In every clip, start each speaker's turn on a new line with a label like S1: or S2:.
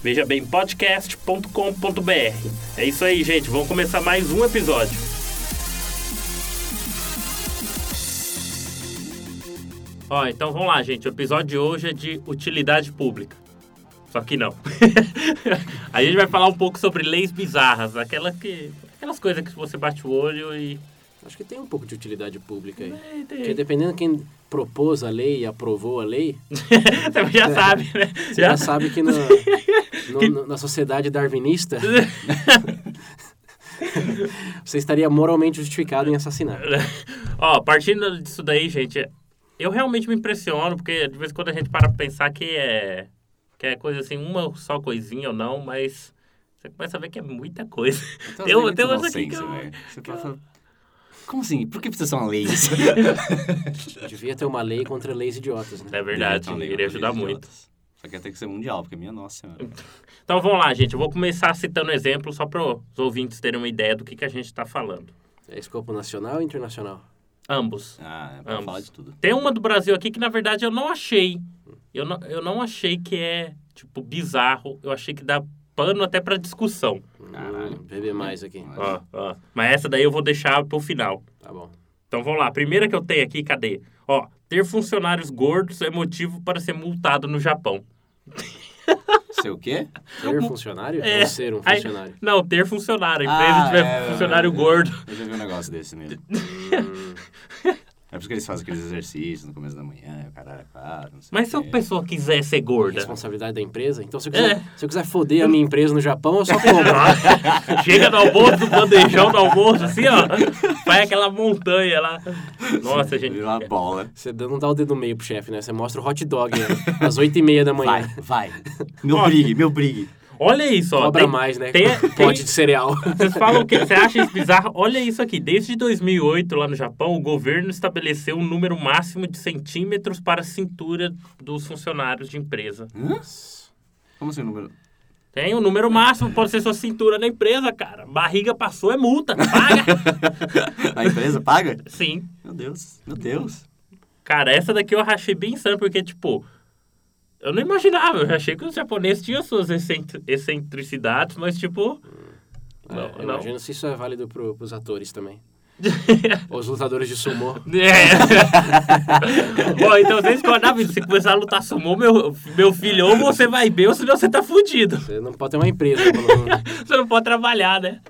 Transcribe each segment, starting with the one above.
S1: vejabempodcast.com.br. É isso aí, gente, vamos começar mais um episódio. Ó, então vamos lá, gente. O episódio de hoje é de utilidade pública. Só que não. a gente vai falar um pouco sobre leis bizarras, aquela que, aquelas coisas que você bate o olho e.
S2: Acho que tem um pouco de utilidade pública aí.
S1: Né?
S2: Porque dependendo quem propôs a lei e aprovou a lei,
S1: Você já sabe, né?
S2: É. você já sabe que, no, no- no- na sociedade darwinista você estaria moralmente justificado em assassinar.
S1: né? Ó, partindo disso daí, gente, eu realmente me impressiono, porque de vez em quando a gente para pra pensar que é. que é coisa assim, uma só coisinha ou não, mas. Você começa a ver que é muita coisa.
S2: Então,
S3: Então,
S1: Tem um- tem umas aqui que eu-
S2: né?
S3: né? Você passa... Como assim? Por que precisa ser uma lei?
S2: Devia ter uma lei contra leis idiotas, né?
S1: É verdade,
S3: Então, lei
S1: iria
S3: dos
S1: ajudar
S3: idiotas.
S1: muito.
S3: Só que ia ter que ser mundial, porque é minha nossa senhora.
S1: Então vamos lá, gente. Eu vou começar citando exemplos só para os ouvintes terem uma ideia do que, que a gente está falando.
S2: É escopo nacional e internacional.
S1: Ambos.
S3: Ah, é pra
S1: Ambos.
S3: falar de tudo.
S1: Tem uma do Brasil aqui que, na verdade, eu não achei. Eu não, eu não achei que é, tipo, bizarro. Eu achei que dá pano até para discussão.
S3: Caralho.
S2: Hum, beber mais aqui.
S1: Ó, ó. Mas essa daí eu vou deixar pro final.
S2: Tá bom.
S1: Então vamos lá. A primeira que eu tenho aqui, cadê? Ó, ter funcionários gordos é motivo para ser multado no Japão.
S3: Sei o quê?
S2: Ser funcionário
S1: É.
S2: ou ser um
S1: Aí-
S2: funcionário?
S1: Não, ter funcionário. A empresa
S3: Ah,
S1: tiver
S3: é,
S1: funcionário
S3: é.
S1: gordo.
S3: Eu já vi um negócio desse mesmo.
S1: Hum.
S3: É por isso que eles fazem aqueles exercícios no começo da manhã, e o caralho, é claro, não sei
S1: Mas se
S3: o
S1: a
S3: quê.
S1: pessoa quiser ser gorda...
S2: Responsabilidade da empresa? Então, se eu
S1: É.
S2: quiser, se eu quiser foder a minha empresa no Japão, eu só compro.
S1: Nossa, Chega no almoço, do bandejão do almoço, assim, ó. Vai aquela montanha lá. Nossa, gente. é.
S3: Vira uma bola.
S2: Você dá- não dá o dedo no meio pro chefe, né? Você mostra o hot dog né? às oito e meia da manhã.
S3: Vai, vai. Meu brigue, meu brigue.
S1: Olha isso, ó.
S2: Cobra
S1: tem-
S2: mais, né?
S1: tem-
S2: Com
S1: tem-
S2: Pote de cereal.
S1: Vocês falam o quê? Você acha isso bizarro? Olha isso aqui. Desde 2008, lá no Japão, o governo estabeleceu um número máximo de centímetros para a cintura dos funcionários de empresa.
S3: Hã? Como assim o número?
S1: Tem um número máximo, pode ser sua cintura na empresa, cara. Barriga passou, é multa. Paga.
S3: A empresa paga?
S1: Sim.
S3: Meu Deus, meu Deus.
S1: Cara, essa daqui eu achei bem insana, porque, tipo, eu não imaginava. Eu achei que os japoneses tinham suas excentri- excentricidades, mas, tipo. Não,
S2: É,
S1: não.
S2: Imagina se isso é válido pro, pros atores também. Os lutadores de sumô.
S1: É. Bom, então vocês Davi, se começar a lutar sumô, meu, meu filho, ou você vai bem, ou senão você tá fudido.
S2: Você não pode ter uma empresa. né? falou. "Hum,
S1: Você não pode trabalhar, né?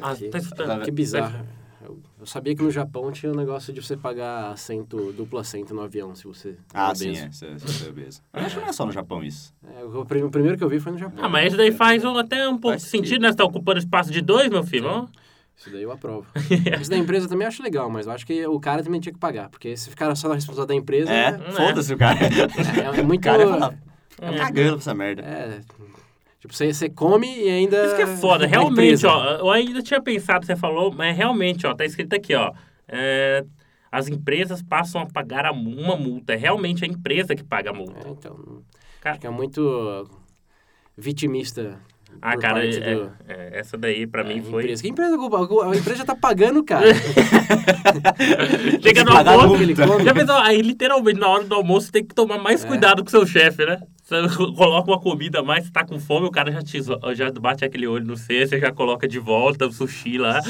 S1: Ah,
S2: que-
S1: tá escutando.
S2: que bizarro. Eu, eu sabia que no Japão tinha um negócio de você pagar assento, duplo assento no avião, se você...
S3: Ah,
S2: obeso.
S3: sim, é. Você você é obeso. Mas acho que não é só no Japão isso.
S2: É, o, prim- o primeiro que eu vi foi no Japão.
S1: Ah, mas isso daí faz um- até um pouco de
S3: Faz
S1: sentido,
S3: sentido.
S1: né? Você tá ocupando espaço de dois, meu filho. ó.
S2: Isso daí eu aprovo. Isso da empresa eu também acho legal, mas eu acho que o cara também tinha que pagar. Porque se ficar só na responsabilidade da empresa...
S3: É,
S2: né?
S3: foda-se o cara.
S2: É, é muito...
S3: O cara ia falar, tô cagando pra essa merda.
S2: É. Tipo, você, você come e ainda.
S1: Isso que é foda,
S2: a
S1: realmente,
S2: Ah, empresa.
S1: ó. Eu ainda tinha pensado, você falou, mas realmente, ó, tá escrito aqui, ó. é, as empresas passam a pagar a mu- uma multa. É realmente a empresa que paga a
S2: É,
S1: multa.
S2: então.
S1: Ca-
S2: Acho que é muito vitimista.
S1: Ah,
S2: por
S1: cara,
S2: parte
S1: é-
S2: do-
S1: é, essa daí pra mim
S2: da
S1: foi.
S2: Empresa. Que empresa? A empresa já tá pagando, cara.
S1: Chega no
S3: Pagar a
S1: almoço.
S3: multa.
S2: Ele come.
S1: Já pensou? Aí, literalmente, na hora do almoço, você tem que tomar mais cuidado com o seu chefe, né? Você coloca uma comida a mais, você tá com fome, o cara já, te, zo- já bate aquele olho no seu, você já coloca de volta o sushi lá.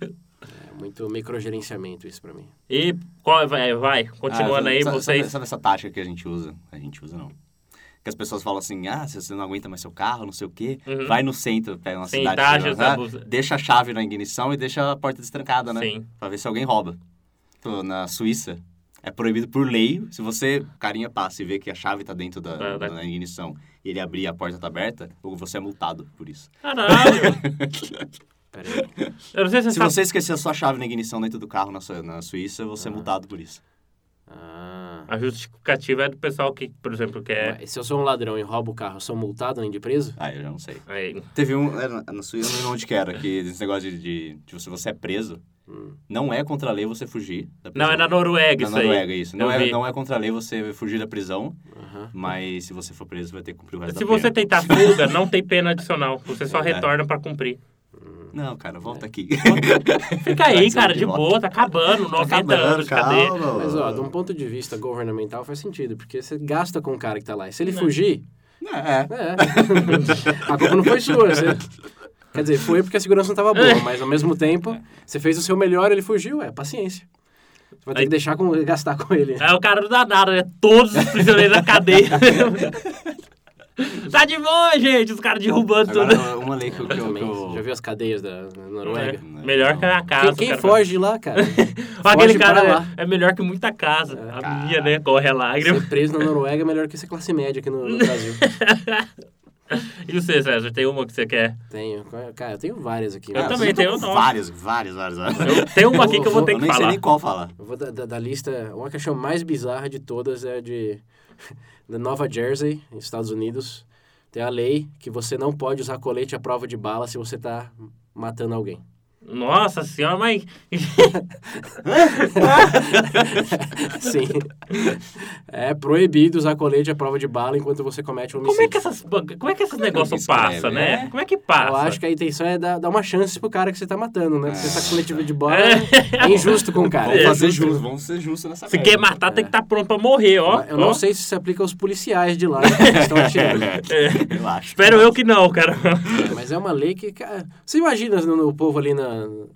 S2: É muito microgerenciamento isso pra mim.
S1: E qual vai? Vai, continuando
S3: Ah,
S1: aí,
S3: sabe-
S1: vocês.
S3: Sabe, sabe essa tática que a gente usa? A gente usa, não. Que as pessoas falam assim, ah, se você não aguenta mais seu carro, não sei o quê,
S1: Uhum.
S3: vai no centro, pega uma
S1: Sim,
S3: cidade,
S1: taxas,
S3: sei lá,
S1: abuso.
S3: deixa a chave na ignição e deixa a porta destrancada, né?
S1: Sim.
S3: Pra ver se alguém rouba. Tô na Suíça, é proibido por lei, se você, o carinha passa e vê que a chave tá dentro da,
S1: Da- da-
S3: da ignição e ele abrir e a porta tá aberta, ou você é multado por isso.
S1: Caralho!
S2: Pera aí.
S1: Eu não sei se você
S3: Se
S1: sabe. Ah.
S3: você esquecer a sua chave na ignição dentro do carro na, Su- na Suíça, você é multado por isso.
S2: Ah.
S1: A justificativa é do pessoal que, é por exemplo, quer.
S2: Mas Se eu sou um ladrão e roubo o carro, eu sou multado além de preso?
S3: Ah, eu já não sei.
S1: Aí,
S3: Teve um, era na Suíça, eu não lembro onde que era, que esse negócio de, de, de se você é preso,
S2: Hum.
S3: não é contra a lei você fugir da prisão.
S1: Não, é na Noruega
S3: Na
S1: isso aí.
S3: Noruega, isso. Não
S1: Eu
S3: é,
S1: vi.
S3: não é contra a lei você fugir da prisão,
S2: Aham.
S3: mas se você for preso, vai ter que cumprir o resto
S1: Se
S3: da pena.
S1: você tentar fuga, não tem pena adicional. Você só
S3: Verdade.
S1: retorna pra cumprir.
S3: Não, cara,
S1: É.
S3: volta aqui.
S1: Fica aí,
S3: Vai,
S1: cara,
S3: você
S1: de
S3: volta.
S1: boa, tá acabando, 90 anos, cadê?
S3: calma.
S2: Mas, ó, de um ponto de vista governamental faz sentido, porque você gasta com o cara que tá lá. E se ele fugir,
S3: É,
S2: é. a culpa não foi sua. Você... Quer dizer, foi porque a segurança não tava
S1: É.
S2: boa, mas ao mesmo tempo, você fez o seu melhor, ele fugiu, é paciência. Você vai ter
S1: Aí-
S2: que deixar com, gastar com ele.
S1: Aí É, o cara não dá nada, né? Todos os prisioneiros da cadeia. tá de boa, gente, os caras derrubando
S3: Agora,
S1: tudo.
S3: uma lei que eu... Que eu, que
S2: Também.
S3: eu...
S2: Já viu as cadeias da da
S1: É,
S2: Noruega?
S3: Não.
S1: melhor que a casa.
S2: Quem, quem
S1: Ah, cara.
S2: foge de lá, cara?
S1: Ó, Aquele
S2: foge
S1: cara
S2: pra
S1: né,
S2: lá.
S1: é melhor que muita casa. A minha, né? Corre a lágrima.
S2: Ser preso na Noruega é melhor que ser classe média aqui no, no Brasil.
S1: E você, César, tem uma que você quer?
S2: tenho. Cara, eu tenho várias aqui. Ah,
S1: Eu
S2: mas-
S1: também
S3: você tá
S1: tenho
S3: com
S1: nome.
S3: Vários, vários, vários. vários.
S1: Eu- tem uma aqui que eu vou ter
S3: Eu
S1: que
S3: nem sei
S1: falar.
S3: nem qual falar.
S2: Eu vou da, da- da lista. Uma que eu acho mais bizarra de todas é a de da Nova Jersey, nos Estados Unidos. Tem a lei que você não pode usar colete à prova de bala se você tá matando alguém.
S1: Nossa senhora, mas.
S2: Sim. É proibido usar colete à prova de bala enquanto você comete um homicídio.
S1: Como é que essas bang- como é que esses negócios
S3: escreve,
S1: passam, né?
S3: né?
S1: Como é que passa?
S2: Eu acho que a intenção é dar, dar uma chance pro cara que você tá matando, né? Porque
S3: É.
S2: você tá com colete de bala,
S1: É.
S2: é injusto com o cara.
S3: Vamos
S1: É,
S3: fazer
S1: justo.
S3: justo, vamos ser justos nessa
S1: Se
S3: merda.
S1: quer matar, tem que estar pronto pra morrer, ó.
S2: Eu não
S1: Ó.
S2: sei se isso se aplica aos policiais de lá né, que estão atirando.
S3: É, eu acho.
S1: Espero eu que não, cara.
S2: É, Mas é uma lei que, cara... Você imagina no- o povo ali na,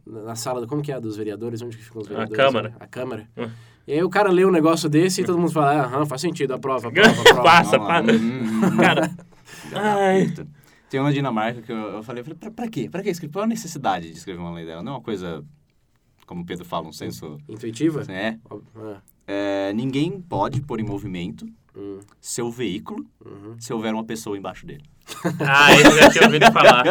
S2: na sala... do- Como que é? a Dos vereadores? Onde que ficam os vereadores?
S1: Câmara.
S2: A Câmara.
S1: Hum.
S2: E aí o cara lê um negócio desse e todo mundo fala... "Ah, Aham, faz sentido, aprova, aprova, aprova.
S1: Passa,
S3: Não,
S1: passa.
S3: hum, hum,
S1: Cara,
S3: Filha da
S1: Ai.
S3: puta. Tem uma Dinamarca que eu, eu falei, eu falei, pra, pra quê? Pra quê? escrever? Qual é a necessidade de escrever uma lei dela? Não é uma coisa, como o Pedro fala, um senso...
S2: Intuitiva?
S3: Né?
S2: Ó, ah,
S3: É, ninguém pode pôr em movimento
S2: hum,
S3: seu veículo
S2: uhum.
S3: se houver uma pessoa embaixo dele.
S1: ah, eu já tinha ouvido falar.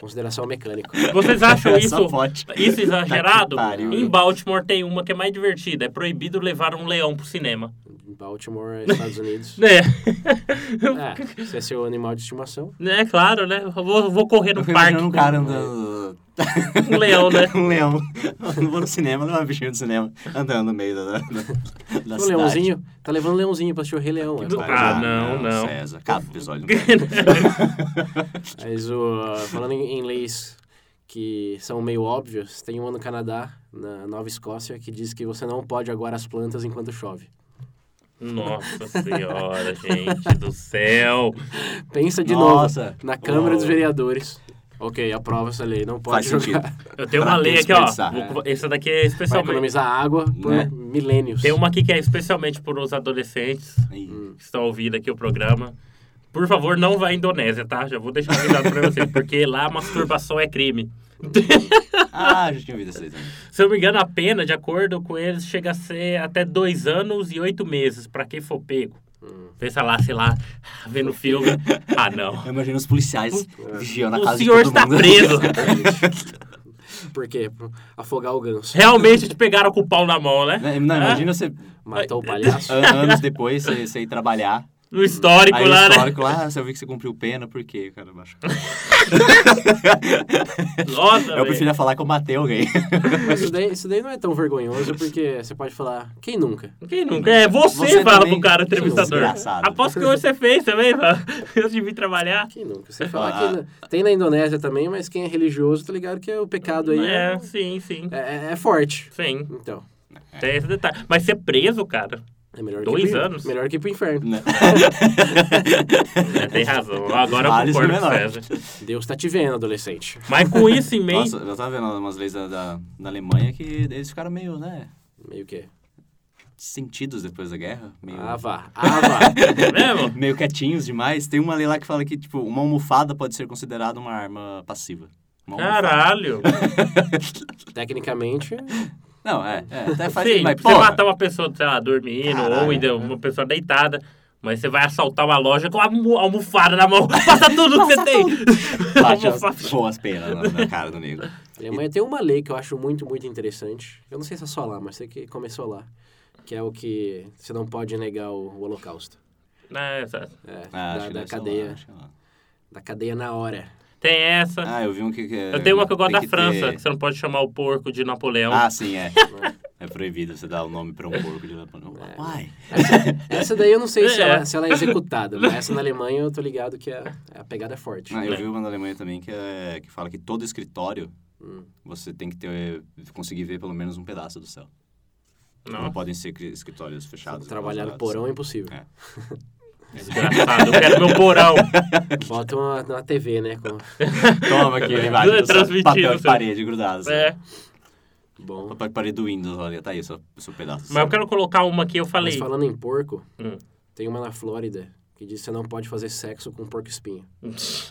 S2: Consideração mecânica.
S1: Vocês acham isso,
S3: Só pode.
S1: isso exagerado?
S3: Tá que pariu.
S1: em Baltimore tem uma que é mais divertida. É proibido levar um leão pro cinema.
S2: Baltimore, Estados Unidos.
S1: É,
S2: É, se é seu animal de estimação.
S1: é claro, né? Eu vou, vou correr no
S3: Eu fico
S1: parque.
S3: imaginando um cara
S1: com
S3: andando...
S2: Uhum.
S1: Um leão, né?
S3: um leão. Eu não vou no cinema, não é um bichinho do cinema. Andando no meio da, da, da
S2: O
S3: cidade.
S2: leãozinho, tá levando o leãozinho pra assistir o Rei Leão. é
S1: do-
S2: claro.
S1: Ah, não, não.
S3: César, acaba o episódio.
S2: Mas o, falando em, em leis que são meio óbvias, tem uma no Canadá, na Nova Escócia, que diz que você não pode aguar as plantas enquanto chove.
S1: Nossa senhora, gente do céu.
S2: Pensa de
S3: Nossa.
S2: novo na Câmara
S1: Uau.
S2: dos Vereadores. Ok, aprova essa lei, não pode
S3: Faz
S2: jogar.
S3: sentido.
S1: Eu tenho
S3: Pra
S1: uma lei aqui,
S3: que
S1: ó.
S3: dispensar?
S1: Vou- Essa daqui é
S2: Vai
S1: especialmente.
S2: economizar água por
S3: Né?
S2: milênios.
S1: Tem uma aqui que é especialmente para os adolescentes
S3: Aí.
S2: Hum.
S1: que estão ouvindo aqui o programa. Por favor, não vá à Indonésia, tá? Já vou deixar avisado pra vocês, porque lá masturbação é crime.
S3: Ah, já tinha ouvido essa aí também.
S1: Se eu não me engano, a pena, de acordo com eles, chega a ser até dois anos e oito meses pra quem for pego. Pensa lá, sei lá, vendo filme. Ah, não.
S3: Eu imagino os policiais vigiando a
S1: O
S3: casa
S1: senhor
S3: de todo
S1: está
S3: mundo. Né,
S1: preso.
S2: É Por quê? Pra Afogar o ganso.
S1: Realmente te pegaram com o pau na mão, né?
S3: Né? Não, imagina você,
S2: Matou o palhaço.
S3: an- anos depois, você, você ir trabalhar.
S1: No histórico
S3: Aí o
S1: lá, né? Tá
S3: histórico lá, ah, você viu que você cumpriu pena, por quê, cara? Baixo?
S1: Nossa,
S3: Eu
S1: velho.
S3: preferia falar que eu matei alguém.
S2: Mas isso daí, isso daí não é tão vergonhoso, porque você pode falar, quem nunca?
S1: Quem nunca? É, você,
S3: Você
S1: fala
S3: também,
S1: pro cara, o
S3: seu
S1: entrevistador.
S3: desgraçado.
S1: Aposto que hoje você fez também, mano. Eu de vir trabalhar.
S2: Quem nunca? Você fala
S3: Ah.
S2: que na- tem na Indonésia também, mas quem é religioso, tá ligado que é o pecado aí
S1: É,
S2: é,
S1: sim, sim.
S2: é, é forte.
S1: Sim,
S2: Então,
S1: tem esse detalhe. Mas ser preso, cara,
S2: é melhor
S1: Dois
S2: que pro,
S1: anos?
S2: Melhor que ir pro inferno.
S3: Né?
S1: né, tem razão. Agora eu
S3: Vale
S1: concordo com o
S3: menor.
S1: César.
S2: Deus tá te vendo, adolescente.
S1: Mas com isso em mente...
S3: Nossa, eu tava vendo umas leis da, da, da Alemanha que eles ficaram meio, né,
S2: Meio que.
S3: sentidos depois da guerra. Meio,
S2: Ah, vá. Ah, vá.
S1: É mesmo?
S3: meio quietinhos demais. Tem uma lei lá que fala que, tipo, uma almofada pode ser considerada uma arma passiva. Uma almofada.
S1: Caralho.
S2: Tecnicamente,
S3: Não, é, é, até faz...
S1: Sim,
S3: mas,
S1: você
S3: porra,
S1: matar uma pessoa, sei lá, dormindo, ou
S3: Caralho.
S1: ainda uma pessoa deitada. Mas você vai assaltar uma loja com a almo- almofada na mão. Passa tudo que você tem.
S3: bate as
S1: um Almofada.
S3: boas penas na, na cara do negro.
S2: a Alemanha tem uma lei que eu acho muito, muito interessante. Eu não sei se é só lá, mas sei que começou lá. que é o que você não pode negar o, o holocausto.
S1: né, essa-
S2: É,
S3: Ah,
S2: da,
S3: acho que
S2: da
S3: deve ser lá,
S2: cadeia.
S3: acho que é lá.
S2: Da cadeia na hora.
S1: Tem essa.
S3: Ah, eu vi um que... que é-
S1: eu tenho uma que eu gosto
S3: tem
S1: da França,
S3: ter-
S1: que você não pode chamar o porco de Napoleão.
S3: Ah, sim, é. é proibido você dar o nome pra um porco de Napoleão. Uai.
S2: Essa daí eu não sei se,
S1: É.
S2: ela, se ela é executada, mas essa na Alemanha eu tô ligado que a, a pegada é forte.
S3: Não, eu vi uma da Alemanha também que, é, que fala que todo escritório
S2: Hum.
S3: você tem que ter conseguir ver pelo menos um pedaço do céu. Não,
S1: Não.
S3: podem ser cri- escritórios fechados. É.
S2: Trabalhar no
S3: clausurados.
S2: porão é impossível.
S3: É.
S1: Desgraçado, eu quero meu porão.
S2: Bota uma, na TV, né? com-
S3: Toma aqui, embaixo do é seu
S1: Transmitindo,
S3: papel de
S1: seu-
S3: parede grudado. assim.
S1: É.
S2: Bom.
S3: Papel de parede do Windows, olha, tá aí, seu, seu pedaço.
S1: Mas eu quero colocar uma que eu
S2: Mas
S1: falei.
S2: falando em porco,
S1: Hum.
S2: tem uma na Flórida que diz que você não pode fazer sexo com porco espinho.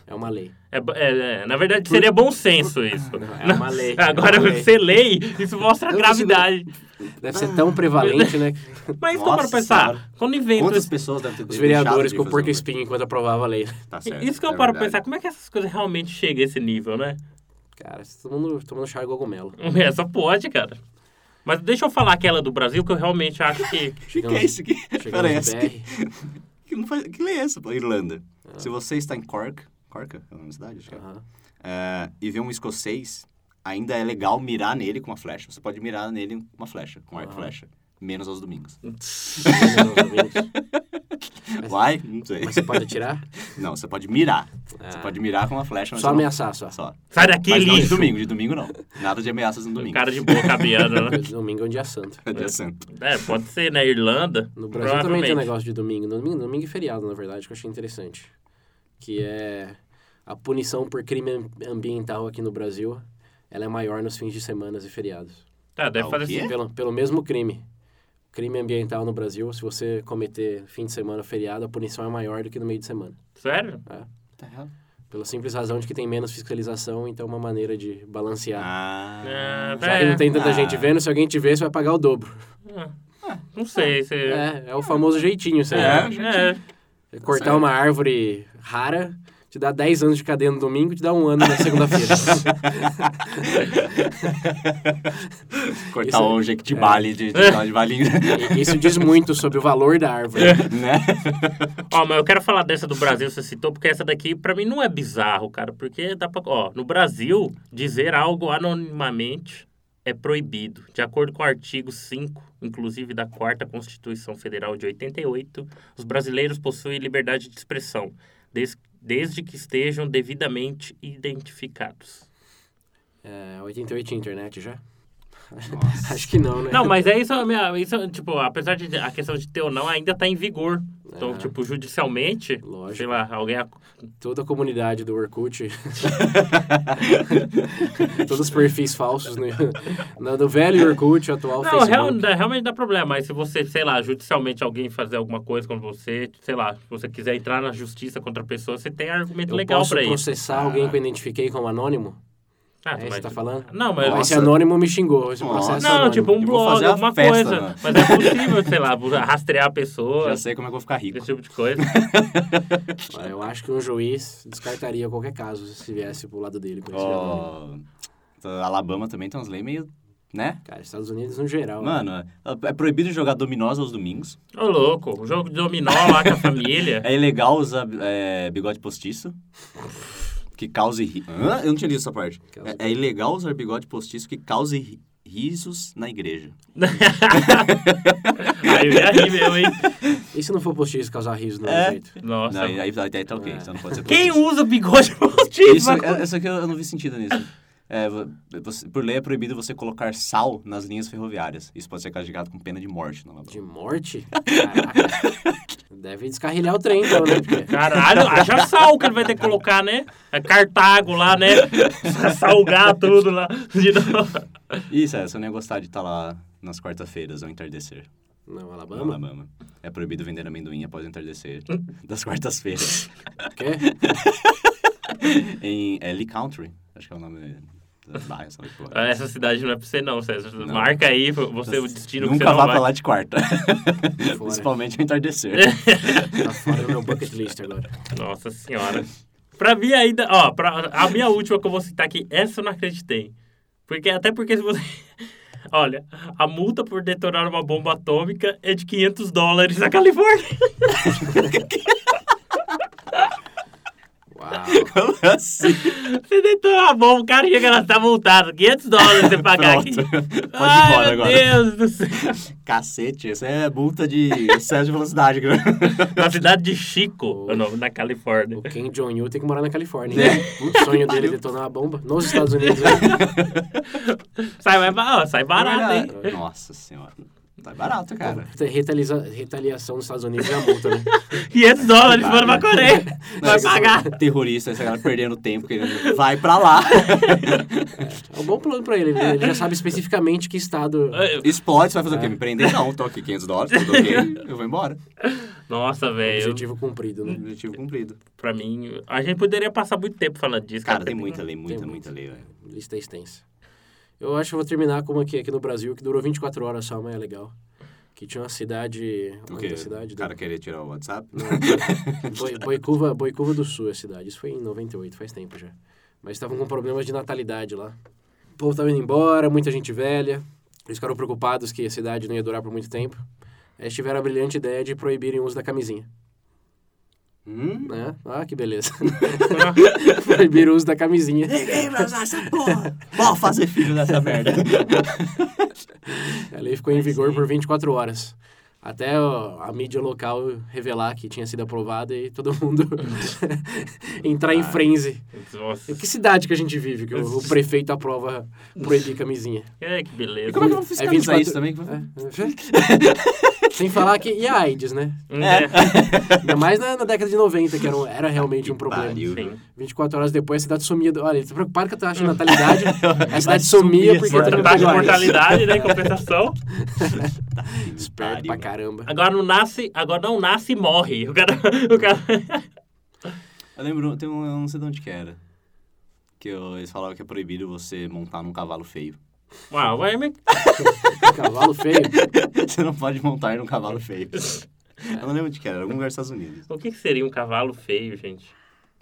S2: É uma lei.
S1: É, bo- é, é, na verdade, seria bom senso isso.
S2: É uma lei.
S1: Agora,
S2: é uma lei.
S1: você lei, isso mostra a
S3: Eu consigo-
S1: gravidade.
S2: Deve ser
S3: Ah,
S2: tão prevalente, né? que
S1: Mas como para
S3: Nossa
S1: pensar,
S3: Senhora.
S1: quando invento
S3: Quantas
S1: esse...
S3: pessoas devem ter
S2: Os
S3: deixado
S2: vereadores
S3: de
S2: com
S3: fazer
S2: porco
S3: uma-
S2: espinho enquanto aprovava a lei.
S3: Tá certo.
S1: Isso que eu
S3: é
S1: paro pra
S3: verdade.
S1: pensar, como é que essas coisas realmente chegam a esse nível, né?
S2: Cara, todo mundo tomando chá de cogumelo.
S1: É, só pode, cara. Mas deixa eu falar aquela do Brasil, que eu realmente acho que...
S3: O que, que é isso aqui? Pera aí,
S2: Chegando no
S3: essa aqui-
S2: BR.
S3: que, não faz- que lei é essa? pô? Irlanda. Se você está em Cork, Cork é o nome da cidade, acho que é,
S2: Aham.
S3: é, e vê um escocês, ainda é legal mirar nele com uma flecha. Você pode mirar nele com uma flecha, com arco e
S2: Aham.
S3: flecha. Menos aos domingos.
S2: Chegando nos ouvintes. Mas-
S3: Uai, não sei.
S2: Mas você pode atirar?
S3: Não, você pode mirar. Você
S2: Ah.
S3: pode mirar com uma flecha. mas
S2: Só
S3: você não-
S2: ameaçar, só.
S3: Só.
S1: Sai daqui,
S3: Mas não de
S1: lixo!
S3: domingo, de domingo não. Nada de ameaças no domingo.
S1: Cara de boca abriana, né?
S2: Domingo é um dia santo.
S3: É dia santo.
S1: É, pode ser, né? Irlanda.
S2: No Brasil também tem um
S1: provavelmente.
S2: negócio de domingo. Domingo, domingo e feriado, na verdade, que eu achei interessante. Que é a punição por crime am- ambiental aqui no Brasil, ela é maior nos fins de semana e feriados.
S1: Tá, deve
S3: Ah, o
S1: fazer
S3: quê?
S1: assim.
S2: Pelo, pelo mesmo crime. Crime ambiental no Brasil, se você cometer fim de semana ou feriado, a punição é maior do que no meio de semana.
S1: Sério?
S3: Tá errado.
S2: Pela simples razão de que tem menos fiscalização, então é uma maneira de balancear.
S3: Ah.
S1: Ah,
S2: Já que não tem tanta
S3: Ah.
S2: gente vendo, se alguém te ver, você vai pagar o dobro.
S1: Não sei. Se...
S2: É, é o famoso jeitinho, você
S3: É.
S1: É,
S2: É cortar uma árvore rara, te dá 10 anos de cadeia no domingo, te dá um ano na segunda-feira.
S3: Cortar
S2: Isso- é-
S3: o jequitibale de, de, de balinha.
S2: E Isso diz muito sobre o valor da árvore.
S3: né?
S1: Ó, mas eu quero falar dessa do Brasil, você citou, porque essa daqui, pra mim, não é bizarro, cara. Porque dá pra. Ó, no Brasil, dizer algo anonimamente é proibido, de acordo com o artigo 5, inclusive da 4 Constituição Federal de 88, os brasileiros possuem liberdade de expressão, des- desde que estejam devidamente identificados.
S2: É, 88 internet já?
S3: Nossa.
S2: Acho que não, né?
S1: Não, mas é isso, a minha- isso, tipo, apesar de a questão de ter ou não, ainda tá em vigor. Então,
S2: É.
S1: tipo, judicialmente,
S2: Lógico.
S1: sei lá, alguém ac-
S2: Toda a comunidade do Orkut. Todos os perfis falsos no, no- do velho Orkut, atual
S1: Não,
S2: Facebook.
S1: real- dá- realmente dá problema. Mas se você, sei lá, judicialmente alguém fazer alguma coisa com você, sei lá, se você quiser entrar na justiça contra a pessoa, você tem argumento
S2: Eu
S1: É legal
S2: posso
S1: pra isso.
S2: processar alguém que eu identifiquei como anônimo?
S1: Ah,
S2: É isso que tá falando?
S1: Não, mas.
S2: Ah, Esse
S3: Nossa.
S2: anônimo me xingou. Esse
S3: Nossa.
S2: processo
S1: Não,
S2: anônimo.
S1: tipo, um
S3: Eu vou
S1: blog,
S3: fazer a
S1: alguma
S3: festa,
S1: coisa.
S3: né?
S1: Mas é possível, sei lá, rastrear a pessoa,
S3: Já sei como é que eu vou ficar rico.
S1: esse tipo de coisa.
S2: Olha, Eu acho que um juiz descartaria qualquer caso se viesse pro lado dele com esse anônimo.
S3: Ó, tá, Alabama também tem umas leis meio. né?
S2: Cara, Estados Unidos no geral. né?
S3: Mano, é proibido jogar dominós aos domingos.
S1: Ô, louco, o jogo de dominó lá com a família.
S3: É ilegal usar é, bigode postiço. Que cause. ri- Hã? Eu não tinha lido essa parte.
S2: Causa-
S3: É, é ilegal usar bigode postiço que cause ri- risos na igreja.
S1: Aí eu ia rir mesmo, hein?
S2: E se não for postiço causar riso do
S3: É.
S2: mesmo jeito?
S1: Nossa.
S3: Não, aí, aí, aí tá ok,
S2: É.
S3: então não pode ser
S1: Quem
S3: postiço.
S1: usa bigode postiço?
S3: Isso, é- essa aqui eu eu não vi sentido nisso. É, vo- você- por lei é proibido você colocar sal nas linhas ferroviárias. Isso pode ser castigado com pena de morte na
S2: De morte? Caraca. Deve descarrilhar o trem, então, né? Porque...
S1: Caralho, haja ah, sal que ele vai ter que colocar, né? É Cartago lá, né? Pra Salgar tudo lá. De novo.
S3: Isso, é, você não ia gostar de estar lá nas quarta-feiras ao entardecer.
S2: Não,
S3: No
S2: Alabama?
S3: Alabama. É proibido vender amendoim após o entardecer das quartas-feiras.
S2: O quê?
S3: em é, Lee Country, acho que é o nome da bairro, tipo, sabe? Pô.
S1: Essa cidade não é pra você, não, César. Marca aí você o destino que você
S3: Nunca
S1: não
S3: vá
S1: vai.
S3: pra lá de quarta.
S2: Fora.
S3: Principalmente ao entardecer.
S1: É.
S2: Tá fora do meu bucket list agora.
S1: Nossa senhora. Pra mim ainda, ó, pra, a minha última que eu vou citar aqui, essa eu não acreditei. Porque, até porque se você. Olha, a multa por detonar uma bomba atômica é de 500 dólares na Califórnia.
S2: Uau.
S3: Como assim?
S1: Você detonar uma bomba, o cara chega lá, tá multado. 500 dólares você pagar aqui.
S3: Pronto. Pode ir
S1: Ai,
S3: embora
S1: meu
S3: agora.
S1: Deus do céu.
S3: Cacete, isso é multa de excesso de velocidade.
S1: Na cidade de Chico, é o nome, na Califórnia.
S2: O Kim Jong-il tem que morar na Califórnia.
S3: É.
S2: né? O sonho dele é detonar uma bomba nos Estados Unidos. né?
S1: Sai, mais ba- ó, sai barato, hein?
S3: é Nossa senhora. Tá barato, cara.
S2: Tem retaliza- retaliação nos Estados Unidos é a multa, né?
S1: 500 dólares foram pra Coreia. Vai
S3: Não, é
S1: pagar.
S3: Terrorista, essa galera perdendo tempo, querendo. Vai pra lá.
S2: É um bom plano pra ele. né? Ele já sabe especificamente que estado...
S1: é
S3: Explode, você vai fazer o quê? Me prender? Não, tô aqui 500 dólares, tudo ok, eu vou embora.
S1: um- Nossa,
S3: é
S1: velho.
S2: Objetivo cumprido, né?
S3: Objetivo cumprido.
S1: Pra mim, a gente poderia passar muito tempo falando disso.
S3: Cara,
S1: porque
S3: tem muita lei, muita, muita lei, velho.
S2: Lista extensa. Eu acho que eu vou terminar como aqui, aqui no Brasil, que durou 24 horas só, mas é legal. Que tinha uma cidade... o
S3: O
S2: nome
S3: quê?
S2: da cidade?
S3: O cara querer tirar o WhatsApp?
S2: Boi, Boicuva, Boicuva do Sul, é a cidade. Isso foi em 98, faz tempo já. Mas estavam com problemas de natalidade lá. O povo tava indo embora, muita gente velha. Eles ficaram preocupados que a cidade não ia durar por muito tempo. Aí Eles tiveram a brilhante ideia de proibirem o uso da camisinha.
S3: Hum?
S2: Né? Ah, que beleza. Proibiram o uso da camisinha.
S3: Ninguém vai usar essa porra! Vou fazer filho dessa merda. é
S2: A lei ficou em vigor por 24 horas. Até ó, a mídia local revelar que tinha sido aprovada e todo mundo entrar em frenzy.
S1: Nossa,
S2: Que cidade que a gente vive que o, o prefeito aprova proibir camisinha?
S1: é, que beleza.
S3: E como é que eu vou
S2: É
S3: fiscalizar
S2: 24
S3: isso também? Como é que eu vou-
S2: Sem falar que. E a AIDS, né?
S1: Hum, é.
S2: Ainda mais na, na década de 90, que era, um- era realmente um problema.
S3: Pariu.
S1: Sim.
S2: 24 horas depois a cidade sumia. do- Olha, ele tá preocupado com a taxa de natalidade. a cidade sumia porque
S3: essa
S2: todo mundo
S1: Taxa de
S2: pegou AIDS.
S1: mortalidade, né? em Compensação.
S2: Esperto pra caramba.
S1: Agora não nasce, agora não nasce e morre. O cara. O cara...
S3: Eu lembro, tem um, eu não sei de onde que era. Que eu- eles falavam que é proibido você montar num cavalo feio.
S1: Uau, vai me.
S2: Cavalo feio.
S3: você não pode montar num cavalo feio. Eu não lembro de que era, era algum lugar dos Estados Unidos.
S1: O que, que seria um cavalo feio, gente?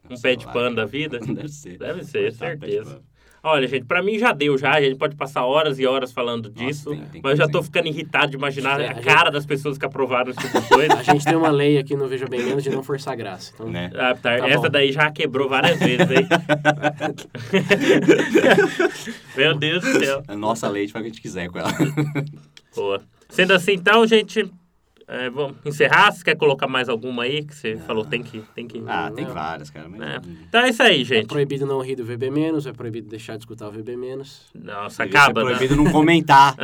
S1: Um
S3: Sei
S1: pé de
S3: lá.
S1: pano da vida?
S3: É Deve ser. tipo,
S1: Deve ser,
S3: Coitado, pé de
S1: certeza.
S3: pano.
S1: Olha, gente, pra mim já deu já. A gente pode passar horas e horas falando disso.
S3: tem- tem
S1: mas eu já
S3: coisa
S1: tô
S3: ainda.
S1: ficando irritado de imaginar
S2: É, a
S1: a
S2: gente-
S1: cara das pessoas que aprovaram esse tipo de coisa.
S2: A gente tem uma lei aqui no Veja Bem Menos de não forçar a graça. Então,
S3: Né?
S1: Ah, tá.
S2: Tá
S1: Essa
S2: bom.
S1: daí já quebrou várias vezes, hein? Meu Deus do céu.
S3: A nossa leite faz o que a gente quiser com ela.
S1: Boa. Sendo assim, então, gente, é, vamos encerrar. Você quer colocar mais alguma aí que você falou? Tem que. Tem que
S3: ah, tem várias, cara. Mas...
S1: É. Então é isso aí,
S2: é
S1: gente.
S2: proibido não rir do VB menos, é proibido deixar de escutar o VB menos.
S1: Nossa,
S3: Devia ser
S1: acaba, né?
S3: proibido não comentar.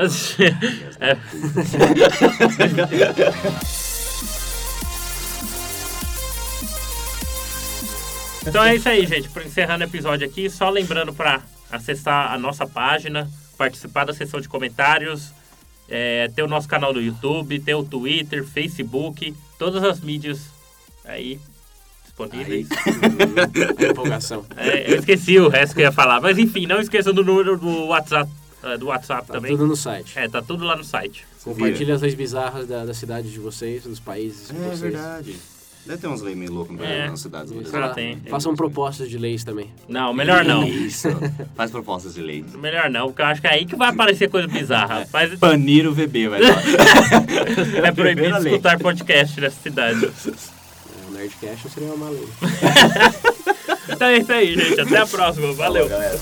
S1: É. Então é isso aí, gente. Por encerrando o episódio aqui, só lembrando para acessar a nossa página, participar da sessão de comentários, é, ter o nosso canal no YouTube, ter o Twitter, Facebook, todas as mídias aí disponíveis.
S2: A empolgação.
S1: É, eu esqueci o resto que eu ia falar, mas enfim, não esqueçam do número do WhatsApp, é, do WhatsApp
S2: Tá
S1: também.
S2: tudo no site.
S1: É, tá tudo lá no site.
S2: Compartilhe as leis bizarras da, da cidade de vocês, dos países de
S3: É
S2: vocês.
S3: verdade. Deve ter uns leis meio loucas
S1: É.
S3: nas cidades do
S2: Sei
S3: Brasil.
S2: lá,
S1: tem.
S2: Façam propostas de leis também.
S1: Não, melhor não.
S3: Isso. Faz propostas de lei.
S1: Melhor não, porque eu acho que é aí que vai aparecer coisa bizarra. Mas
S3: Banir o VB, vai lá.
S1: é proibido
S3: primeira lei.
S1: escutar podcast nessa cidade.
S2: É, O Nerdcast seria uma lei.
S1: Então é isso aí, gente. Até a próxima. Valeu.
S3: galera.